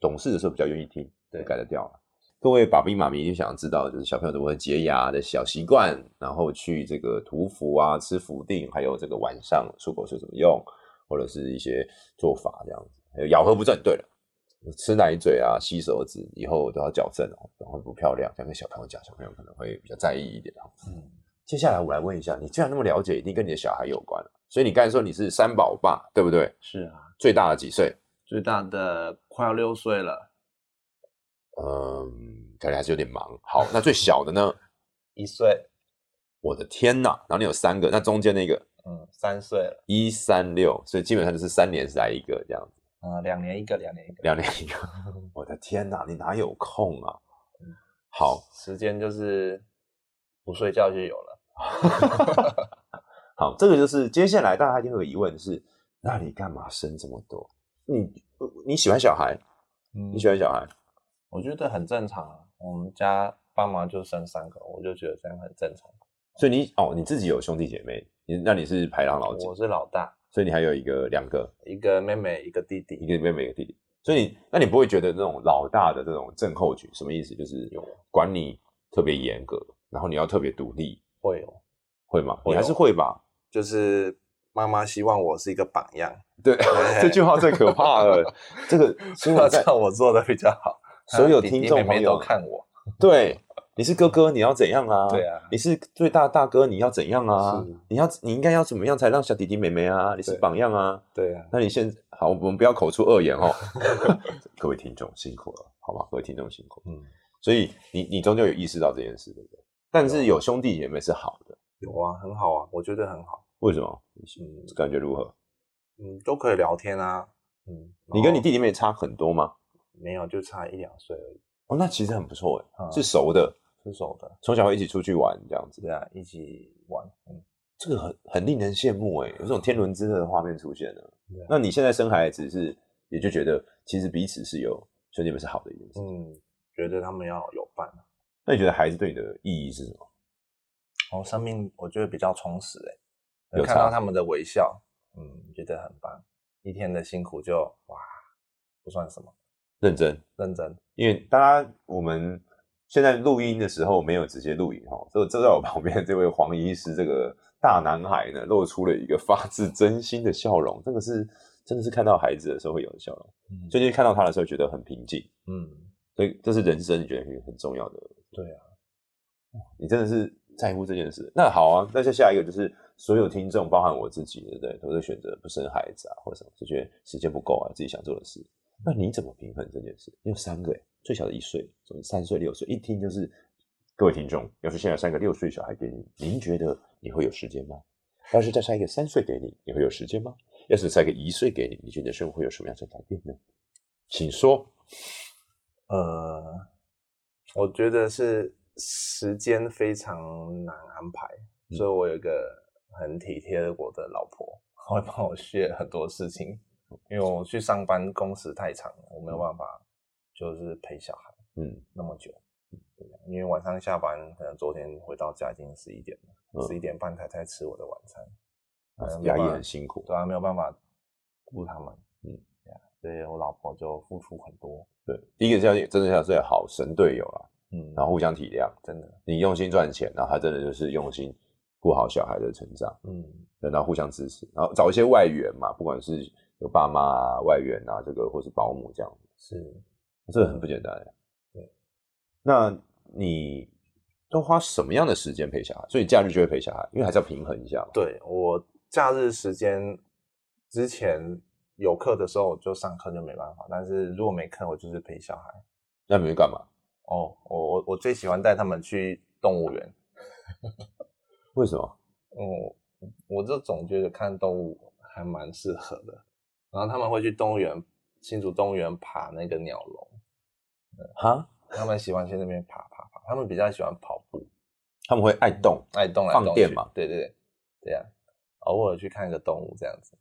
Speaker 2: 懂事的时候比较愿意听，
Speaker 1: 对
Speaker 2: 就改得掉了。各位爸比妈咪一定想要知道，就是小朋友怎么会洁牙的小习惯，然后去这个涂氟啊、吃氟定，还有这个晚上漱口水怎么用，或者是一些做法这样子。还有咬合不正，对了，吃奶嘴啊、吸手指，以后都要矫正哦，然后不漂亮，这样跟小朋友讲，小朋友可能会比较在意一点哦。
Speaker 1: 嗯，
Speaker 2: 接下来我来问一下，你既然那么了解，一定跟你的小孩有关了。所以你刚才说你是三宝爸，对不对？
Speaker 1: 是啊，
Speaker 2: 最大的几岁？
Speaker 1: 最大的快要六岁了，
Speaker 2: 嗯，看来还是有点忙。好，那最小的呢？
Speaker 1: 一岁，
Speaker 2: 我的天呐！然后你有三个，那中间那个
Speaker 1: 嗯，三岁了，
Speaker 2: 一三六，所以基本上就是三年来一个这样子，
Speaker 1: 啊、两年一个，两年一个，
Speaker 2: 两年一个。我的天呐，你哪有空啊？好
Speaker 1: 时间就是不睡觉就有了。
Speaker 2: 好，这个就是接下来大家一定会有疑问是，那你干嘛生这么多？你呃你喜欢小孩？
Speaker 1: 嗯
Speaker 2: 你喜欢小孩？
Speaker 1: 我觉得很正常啊。我们家爸妈就生三个，我就觉得这样很正常。
Speaker 2: 所以你哦，你自己有兄弟姐妹，你那你是排行老几？
Speaker 1: 我是老大，
Speaker 2: 所以你还有一个两个，
Speaker 1: 一个妹妹，一个弟
Speaker 2: 一
Speaker 1: 弟。
Speaker 2: 个妹妹一个弟弟。所以你那你不会觉得那种老大的这种症候群什么意思？就是
Speaker 1: 有
Speaker 2: 管你特别严格，然后你要特别独立，
Speaker 1: 会有，
Speaker 2: 会吗？
Speaker 1: 会
Speaker 2: 你还是
Speaker 1: 哦
Speaker 2: 会吧？
Speaker 1: 就是妈妈希望我是一个榜样，
Speaker 2: 对，这句话最可 怕了。这个所以我
Speaker 1: 要
Speaker 2: 在
Speaker 1: 照我做的比较好。啊
Speaker 2: 所有
Speaker 1: 弟弟
Speaker 2: 听众
Speaker 1: 妹
Speaker 2: 朋
Speaker 1: 妹
Speaker 2: 友
Speaker 1: 都，看我，
Speaker 2: 对，你是哥哥，你要怎样啊？
Speaker 1: 对啊
Speaker 2: 你是最大大哥，你要怎样啊
Speaker 1: 是？
Speaker 2: 你要你应该要怎么样才让小弟弟妹妹啊？你是
Speaker 1: 对
Speaker 2: 榜样啊。
Speaker 1: 对啊，
Speaker 2: 那你现好，我们不要口出恶 言哦。 各位听众辛苦了，好吧？各位听众辛苦了。
Speaker 1: 嗯，
Speaker 2: 所以你你终究有意识到这件事，对不对？但
Speaker 1: 啊
Speaker 2: 是有兄弟姐妹是好的，
Speaker 1: 有啊，很好啊，我觉得很好，
Speaker 2: 为什么？
Speaker 1: 嗯
Speaker 2: 感觉如何？
Speaker 1: 嗯，都可以聊天啊，嗯，
Speaker 2: 你跟
Speaker 1: 然
Speaker 2: 你
Speaker 1: 后
Speaker 2: 弟弟妹差很多吗？
Speaker 1: 没有就差一两岁而已，
Speaker 2: 哦，那其实很不错哎，
Speaker 1: 嗯
Speaker 2: 是熟的，
Speaker 1: 分手的，
Speaker 2: 从小会一起出去玩这样子，
Speaker 1: 对啊，一起玩，嗯，
Speaker 2: 这个很很令人羡慕哎，有这种天伦之乐的画面出现了
Speaker 1: 对啊。
Speaker 2: 那你现在生孩子是，也就觉得其实彼此是有兄弟们是好的一件事。
Speaker 1: 嗯，觉得他们要有伴，啊
Speaker 2: 那你觉得孩子对你的意义是什么？
Speaker 1: 哦，生命我觉得比较充实诶、
Speaker 2: 有
Speaker 1: 看到
Speaker 2: 差
Speaker 1: 他们的微笑，嗯，觉得很棒，一天的辛苦就哇不算什么，
Speaker 2: 认真，
Speaker 1: 认真，
Speaker 2: 因为大家我们现在录音的时候没有直接录影哈，所以坐在我旁边的这位黄医师这个大男孩呢，露出了一个发自真心的笑容，这个是真的是看到孩子的时候会有笑容，
Speaker 1: 嗯
Speaker 2: 所以就是看到他的时候觉得很平静。
Speaker 1: 嗯，
Speaker 2: 所以这是人生，你觉得很很重要的。
Speaker 1: 对
Speaker 2: 啊，你真的是在乎这件事。那好啊，那就下一个就是所有听众，包含我自己，对不对？都是选择不生孩子啊，或者什么，就觉得时间不够啊，自己想做的事。那你怎么平衡这件事？你有三个诶，欸最小的一岁，从三岁、六岁，一听就是各位听众，要是现在三个六岁小孩给你，您觉得你会有时间吗？要是再塞一个三岁给你，你会有时间吗？要是塞一个一岁给你，你觉得你的生活会有什么样的改变呢？请说。
Speaker 1: 呃，我觉得是时间非常难安排，
Speaker 2: 嗯
Speaker 1: 所以我有一个很体贴的我的老婆，她会帮我卸很多事情，因为我去上班工时太长了，我没有办法就是陪小孩
Speaker 2: 嗯，
Speaker 1: 那么久。对啊因为晚上下班，可能昨天回到家已经十一点了，
Speaker 2: 嗯
Speaker 1: 十一点半才才吃我的晚餐，
Speaker 2: 啊
Speaker 1: 嗯
Speaker 2: 牙
Speaker 1: 没
Speaker 2: 医
Speaker 1: 办法
Speaker 2: 很辛苦，
Speaker 1: 对啊，没有办法顾他们，
Speaker 2: 嗯
Speaker 1: 对啊，所以我老婆就付出很多，
Speaker 2: 对，第一个是要真的要最好神队友啊，
Speaker 1: 嗯，
Speaker 2: 然后互相体谅，
Speaker 1: 真的，
Speaker 2: 你用心赚钱，然后他真的就是用心顾好小孩的成长，
Speaker 1: 嗯
Speaker 2: 对然后互相支持，然后找一些外援嘛，不管是有爸妈啊、外援啊，这个或是保姆这样，
Speaker 1: 是。
Speaker 2: 这个很不简单欸。
Speaker 1: 对，
Speaker 2: 那你都花什么样的时间陪小孩？所以假日就会陪小孩，因为还是要平衡一下嘛。
Speaker 1: 对我假日时间之前有课的时候，我就上课就没办法。但是如果没课，我就是陪小孩。
Speaker 2: 那你们干嘛？
Speaker 1: 哦，我我我最喜欢带他们去动物园。
Speaker 2: 为什么？
Speaker 1: 我我就总觉得看动物还蛮适合的。然后他们会去动物园，新竹动物园爬那个鸟笼，
Speaker 2: 哈，
Speaker 1: 他们喜欢去那边爬爬爬。他们比较喜欢跑步，
Speaker 2: 他们会爱动，
Speaker 1: 爱动来
Speaker 2: 放
Speaker 1: 动去。
Speaker 2: 电嘛
Speaker 1: 对对对，对啊，偶尔去看个动物这样子，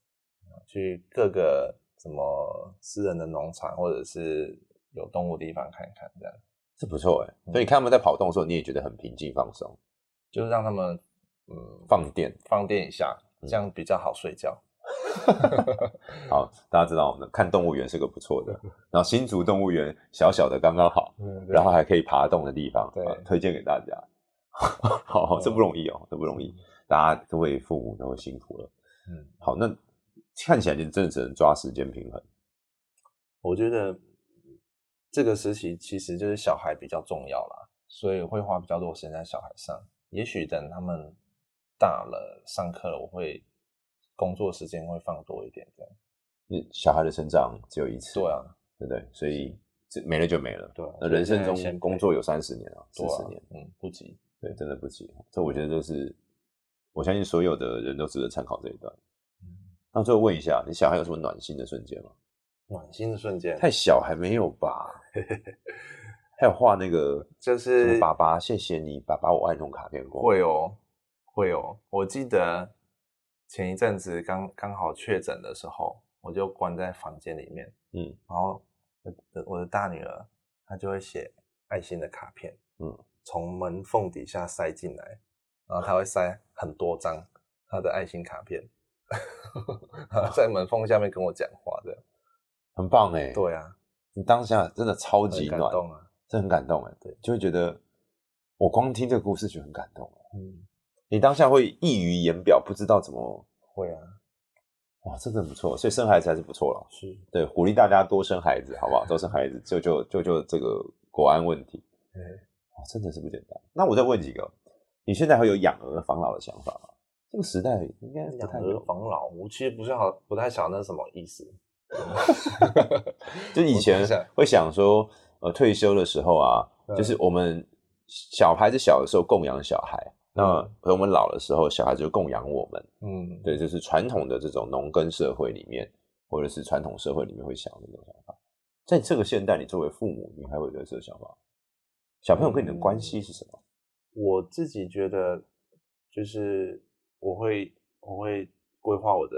Speaker 1: 去各个什么私人的农场或者是有动物的地方看看，这样
Speaker 2: 这不错哎。
Speaker 1: 嗯
Speaker 2: 所以你看他们在跑动的时候，你也觉得很平静放松，
Speaker 1: 就是让他们嗯
Speaker 2: 放电。
Speaker 1: 放电一下，
Speaker 2: 嗯
Speaker 1: 这样比较好睡觉。
Speaker 2: 好，大家知道我们看动物园是个不错 的，然后新竹动物园小小的刚刚好，
Speaker 1: 嗯，
Speaker 2: 然后还可以爬动的地方，
Speaker 1: 对
Speaker 2: 啊推荐给大家。 好好，这不容易哦，这不容易，大家各位父母都辛苦了。
Speaker 1: 嗯，
Speaker 2: 好，那看起来就真的只能抓时间平衡。
Speaker 1: 我觉得这个时期其实就是小孩比较重要啦，所以会花比较多时间在小孩上。也许等他们大了，上课了，我会工作时间会放多一点，这样。
Speaker 2: 因为小孩的成长只有一次，
Speaker 1: 对啊，
Speaker 2: 对不对？所以这没了就没了。
Speaker 1: 对啊
Speaker 2: 那人生
Speaker 1: 所以现在先
Speaker 2: 中
Speaker 1: 陪
Speaker 2: 工作有三十年啊，四
Speaker 1: 多
Speaker 2: 十年，，
Speaker 1: 嗯，不急。
Speaker 2: 对，真的不急。这我觉得就是，我相信所有的人都值得参考这一段。
Speaker 1: 嗯
Speaker 2: 那最后问一下，你小孩有什么暖心的瞬间吗？
Speaker 1: 暖心的瞬间，
Speaker 2: 太小还没有吧？ 还有画那个
Speaker 1: 就
Speaker 2: 什么
Speaker 1: 是
Speaker 2: 爸爸谢谢你，爸爸我爱你那种卡片过。
Speaker 1: 呃会哦，会哦。我记得前一阵子刚刚好确诊的时候，我就关在房间里面，
Speaker 2: 嗯，
Speaker 1: 然后我的我的大女儿她就会写爱心的卡片，
Speaker 2: 嗯，
Speaker 1: 从门缝底下塞进来，然后她会塞很多张她的爱心卡片， 然后在门缝下面跟我讲话这样。
Speaker 2: 很棒哎。，
Speaker 1: 对啊，
Speaker 2: 你当下真的超级
Speaker 1: 很感
Speaker 2: 暖，
Speaker 1: 动啊。
Speaker 2: 真的很感动哎。对，就会觉得我光听这个故事就很感动欸
Speaker 1: 嗯，
Speaker 2: 你当下会溢于言表，不知道怎么
Speaker 1: 会啊，
Speaker 2: 哇，真的很不错。所以生孩子还是不错了。
Speaker 1: 是，
Speaker 2: 对，鼓励大家多生孩子，好不好？多生孩子，救救救救这个国安问题。
Speaker 1: 对
Speaker 2: 哇，真的是不简单。那我再问几个，你现在还有养儿防老的想法吗？这个时代应该不
Speaker 1: 养
Speaker 2: 太
Speaker 1: 儿
Speaker 2: 有，
Speaker 1: 防老，我其实不是好不太晓得那是什么意思。
Speaker 2: 就以前
Speaker 1: 我想想
Speaker 2: 会想说，呃，退休的时候啊，
Speaker 1: 嗯
Speaker 2: 就是我们小孩子小的时候供养小孩，那
Speaker 1: 嗯
Speaker 2: 等我们老的时候，小孩就供养我们。
Speaker 1: 嗯，
Speaker 2: 对，就是传统的这种农耕社会里面，或者是传统社会里面会想的这种想法。在这个现代，你作为父母，你还会有这个想法？小朋友跟你的关系是什么？
Speaker 1: 我自己觉得就是我会我会规划我的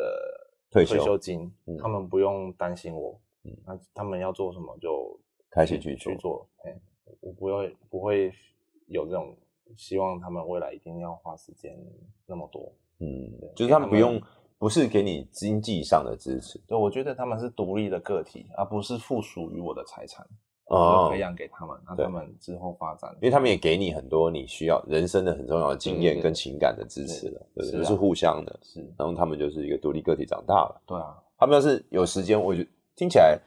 Speaker 2: 退休
Speaker 1: 休金，
Speaker 2: 嗯
Speaker 1: 他们不用担心我，
Speaker 2: 嗯
Speaker 1: 那他们要做什么就
Speaker 2: 开心去
Speaker 1: 去
Speaker 2: 做
Speaker 1: 去做，哎，我不会不会有这种希望他们未来一定要花时间那么多，
Speaker 2: 嗯
Speaker 1: 对，
Speaker 2: 就是
Speaker 1: 给
Speaker 2: 他
Speaker 1: 他
Speaker 2: 们不
Speaker 1: 们
Speaker 2: 用，不是给你经济上的支持
Speaker 1: 对我觉得他们是独立的个体，而不是附属于我的财产，
Speaker 2: 哦
Speaker 1: 我培养给他们，让
Speaker 2: 对
Speaker 1: 他们之后发展，
Speaker 2: 因为他们也给你很多你需要人生的很重要的经验
Speaker 1: 对对
Speaker 2: 跟
Speaker 1: 对
Speaker 2: 情感的支持了，对不
Speaker 1: 是
Speaker 2: 对？
Speaker 1: 啊
Speaker 2: 是互相的。
Speaker 1: 是
Speaker 2: 然后他们就是一个独立个体长大了，
Speaker 1: 对啊，
Speaker 2: 他们要是有时间，我觉得听起来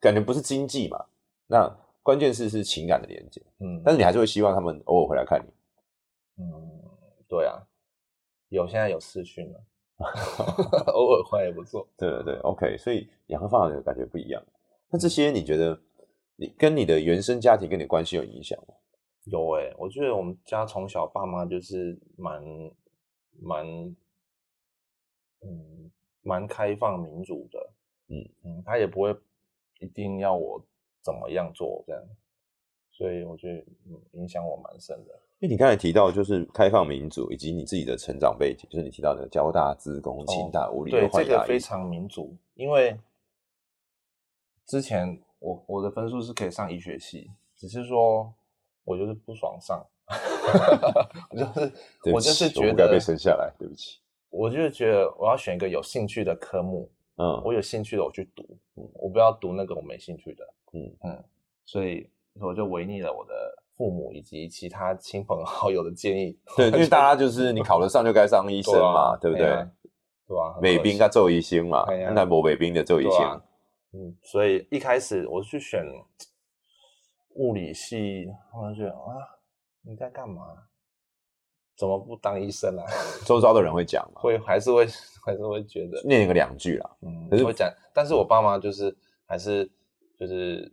Speaker 2: 感觉不是经济嘛，那关键是是情感的连接，
Speaker 1: 嗯，
Speaker 2: 但是你还是会希望他们偶尔回来看你。
Speaker 1: 嗯，对啊，有现在有视讯了， 偶尔换也不错。
Speaker 2: 对对对，OK，所以两个方法的感觉不一样。那这些你觉得你跟你的原生家庭跟你的关系有影响吗？
Speaker 1: 有诶、我觉得我们家从小爸妈就是蛮蛮，嗯，蛮开放民主的，
Speaker 2: 嗯
Speaker 1: 嗯，他也不会一定要我怎么样做这样，所以我觉得嗯影响我蛮深的。
Speaker 2: 因为你刚才提到就是开放民主以及你自己的成长背景，就是你提到的交大、资工、清大、五理
Speaker 1: 哦对，
Speaker 2: 换
Speaker 1: 这个
Speaker 2: 牙
Speaker 1: 非
Speaker 2: 医，
Speaker 1: 常民主，因为之前我我的分数是可以上医学系，只是说我就是不爽上， 我就是
Speaker 2: 对不
Speaker 1: 我就是
Speaker 2: 起
Speaker 1: 觉
Speaker 2: 不该
Speaker 1: 得
Speaker 2: 被生下来，对不起。
Speaker 1: 我就是觉得我要选一个有兴趣的科目，
Speaker 2: 嗯，
Speaker 1: 我有兴趣的我去读，嗯我不要读那个我没兴趣的。
Speaker 2: 嗯
Speaker 1: 嗯，所以我就违逆了我的父母以及其他亲朋好友的建议。
Speaker 2: 对，因为大家就是你考得上就该上医生嘛，对
Speaker 1: 对啊
Speaker 2: 不对
Speaker 1: 哎？呀对啊，很
Speaker 2: 美
Speaker 1: 可
Speaker 2: 兵
Speaker 1: 惜
Speaker 2: 跟做医生嘛
Speaker 1: 哎呀，
Speaker 2: 那某美兵的做医
Speaker 1: 对啊
Speaker 2: 生，
Speaker 1: 嗯，所以一开始我去选物理系，后来觉得啊，你在干嘛？怎么不当医生啊？
Speaker 2: 周遭的人会讲嘛，
Speaker 1: 会还是会还是会觉得，
Speaker 2: 念个两句啦。
Speaker 1: 嗯，
Speaker 2: 可是
Speaker 1: 会讲。但是我爸妈就是还是就是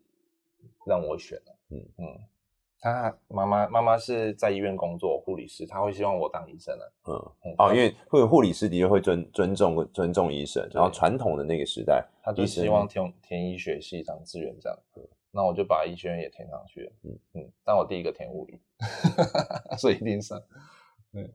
Speaker 1: 让我选了，
Speaker 2: 嗯
Speaker 1: 嗯嗯。他妈妈妈妈是在医院工作，护理师，他会希望我当医生的、
Speaker 2: 嗯，
Speaker 1: 嗯
Speaker 2: 哦，因为会有护理师的确会尊尊重尊重医生，
Speaker 1: 对
Speaker 2: 然后传统的那个时代，
Speaker 1: 他就
Speaker 2: 医生
Speaker 1: 希望填填医学系当志愿这样。那我就把医学院也填上去了。
Speaker 2: 嗯
Speaker 1: 嗯嗯，但我第一个填物理，所以一定上。对，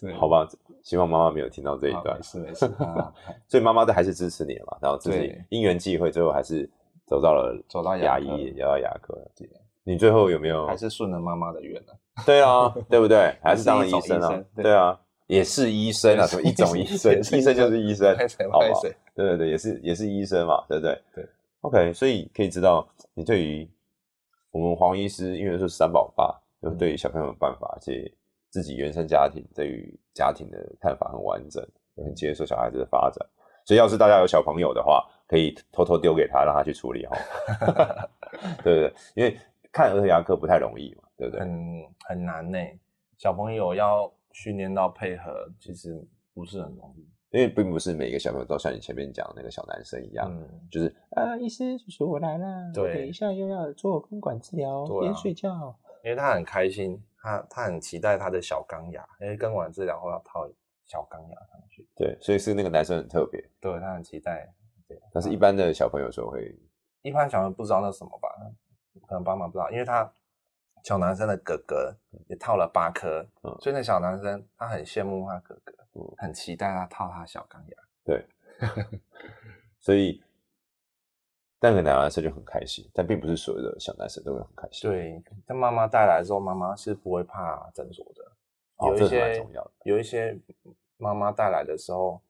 Speaker 1: 对
Speaker 2: 好吧，希望妈妈没有听到这一
Speaker 1: 好
Speaker 2: 段
Speaker 1: 没，事没事。啊
Speaker 2: 所以妈妈的还是支持你的嘛，然后自己
Speaker 1: 对
Speaker 2: 因缘际会，最后还是走到了
Speaker 1: 走到牙
Speaker 2: 牙
Speaker 1: 科
Speaker 2: 医，要到牙科
Speaker 1: 对。
Speaker 2: 你最后有没有？
Speaker 1: 还是顺了妈妈的愿了。
Speaker 2: 对啊，对 不对？还是当了
Speaker 1: 也是一
Speaker 2: 医
Speaker 1: 种
Speaker 2: 生
Speaker 1: 医
Speaker 2: 啊
Speaker 1: 生？对
Speaker 2: 对啊，也是医生啊，什么一种医 生，
Speaker 1: 也是
Speaker 2: 医生就是医生
Speaker 1: 拍谁，
Speaker 2: 好
Speaker 1: 拍
Speaker 2: 吧？
Speaker 1: 谁？
Speaker 2: 对对对，也是也是医生嘛，对不对？
Speaker 1: 对
Speaker 2: ，OK，所以可以知道你对于我们黄医师，因为是三宝爸，就是
Speaker 1: 嗯
Speaker 2: 对于小朋友的办法，而且自己原生家庭对于家庭的看法很完整，也很接受小孩子的发展。所以要是大家有小朋友的话，可以偷偷丢给他，让他去处 理哈、哦。对对对，因为看儿童牙科不太容易嘛，对不对？
Speaker 1: 很很难呢、小朋友要训练到配合，其实不是很容易。
Speaker 2: 因为并不是每个小朋友都像你前面讲的那个小男生一样，
Speaker 1: 嗯，
Speaker 2: 就是啊，医生叔叔我来啦，
Speaker 1: 对
Speaker 2: 我等一下又要做根管治疗，
Speaker 1: 对啊
Speaker 2: 边睡觉。
Speaker 1: 因为他很开心，他他很期待他的小钢牙，因为根管治疗后要套小钢牙上去。
Speaker 2: 对，所以是那个男生很特别，
Speaker 1: 对他很期待，对，
Speaker 2: 但是一般的小朋友说会，
Speaker 1: 一般小朋友不知道那是什么吧，可能爸妈不知道，因为他小男生的哥哥也套了八颗，
Speaker 2: 嗯
Speaker 1: 所以那小男生他很羡慕他哥哥，
Speaker 2: 嗯
Speaker 1: 很期待他套他小钢牙。
Speaker 2: 所以但那个男生就很开心，但并不是所有的小男生都会很开心。，
Speaker 1: 对，但妈妈带来之后，妈妈是不会怕诊所的，
Speaker 2: 哦，
Speaker 1: 有
Speaker 2: 这
Speaker 1: 一
Speaker 2: 是蛮
Speaker 1: 些
Speaker 2: 重要的。
Speaker 1: 有一些妈妈带来的时候，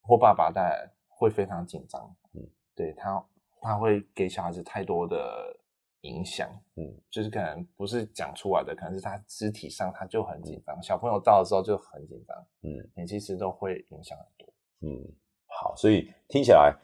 Speaker 1: 或爸爸带来会非常紧张，
Speaker 2: 嗯
Speaker 1: 嗯，对他他会给小孩子太多的影响，
Speaker 2: 嗯
Speaker 1: 嗯，就是可能不是讲出来的，可能是他肢体上他就很紧张，小朋友到的时候就很紧张，
Speaker 2: 嗯
Speaker 1: 你其实都会影响很多，
Speaker 2: 嗯，好，所以听起来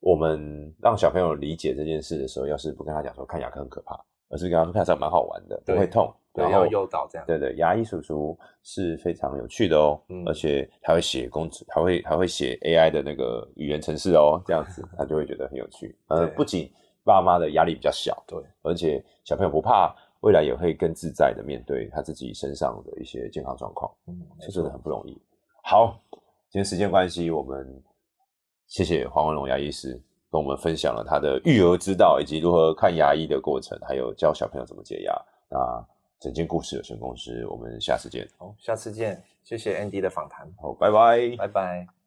Speaker 2: 我们让小朋友理解这件事的时候，要是不跟他讲说看牙科很可怕，而是跟他说看上蛮好玩的，不
Speaker 1: 对
Speaker 2: 会痛，
Speaker 1: 对，
Speaker 2: 然
Speaker 1: 要
Speaker 2: 后
Speaker 1: 诱导这样，
Speaker 2: 对对，牙医叔叔是非常有趣的哦，
Speaker 1: 嗯
Speaker 2: 而且还会写工程，还会还会写 AI 的那个语言程式哦，这样 子他就会觉得很有趣。呃，
Speaker 1: 对
Speaker 2: 不仅爸妈的压力比较小，
Speaker 1: 对，
Speaker 2: 而且小朋友不怕，未来也会更自在的面对他自己身上的一些健康状况，
Speaker 1: 嗯，没
Speaker 2: 这
Speaker 1: 错
Speaker 2: 真的很不容易。好，今天时间关系，我们谢谢黄文龙牙医师跟我们分享了他的育儿之道，以及如何看牙医的过程，还有教小朋友怎么解牙。那整件故事有限公司，我们下次见。
Speaker 1: 好，下次见，谢谢 Andy 的访谈，
Speaker 2: 好，拜拜。
Speaker 1: 拜拜。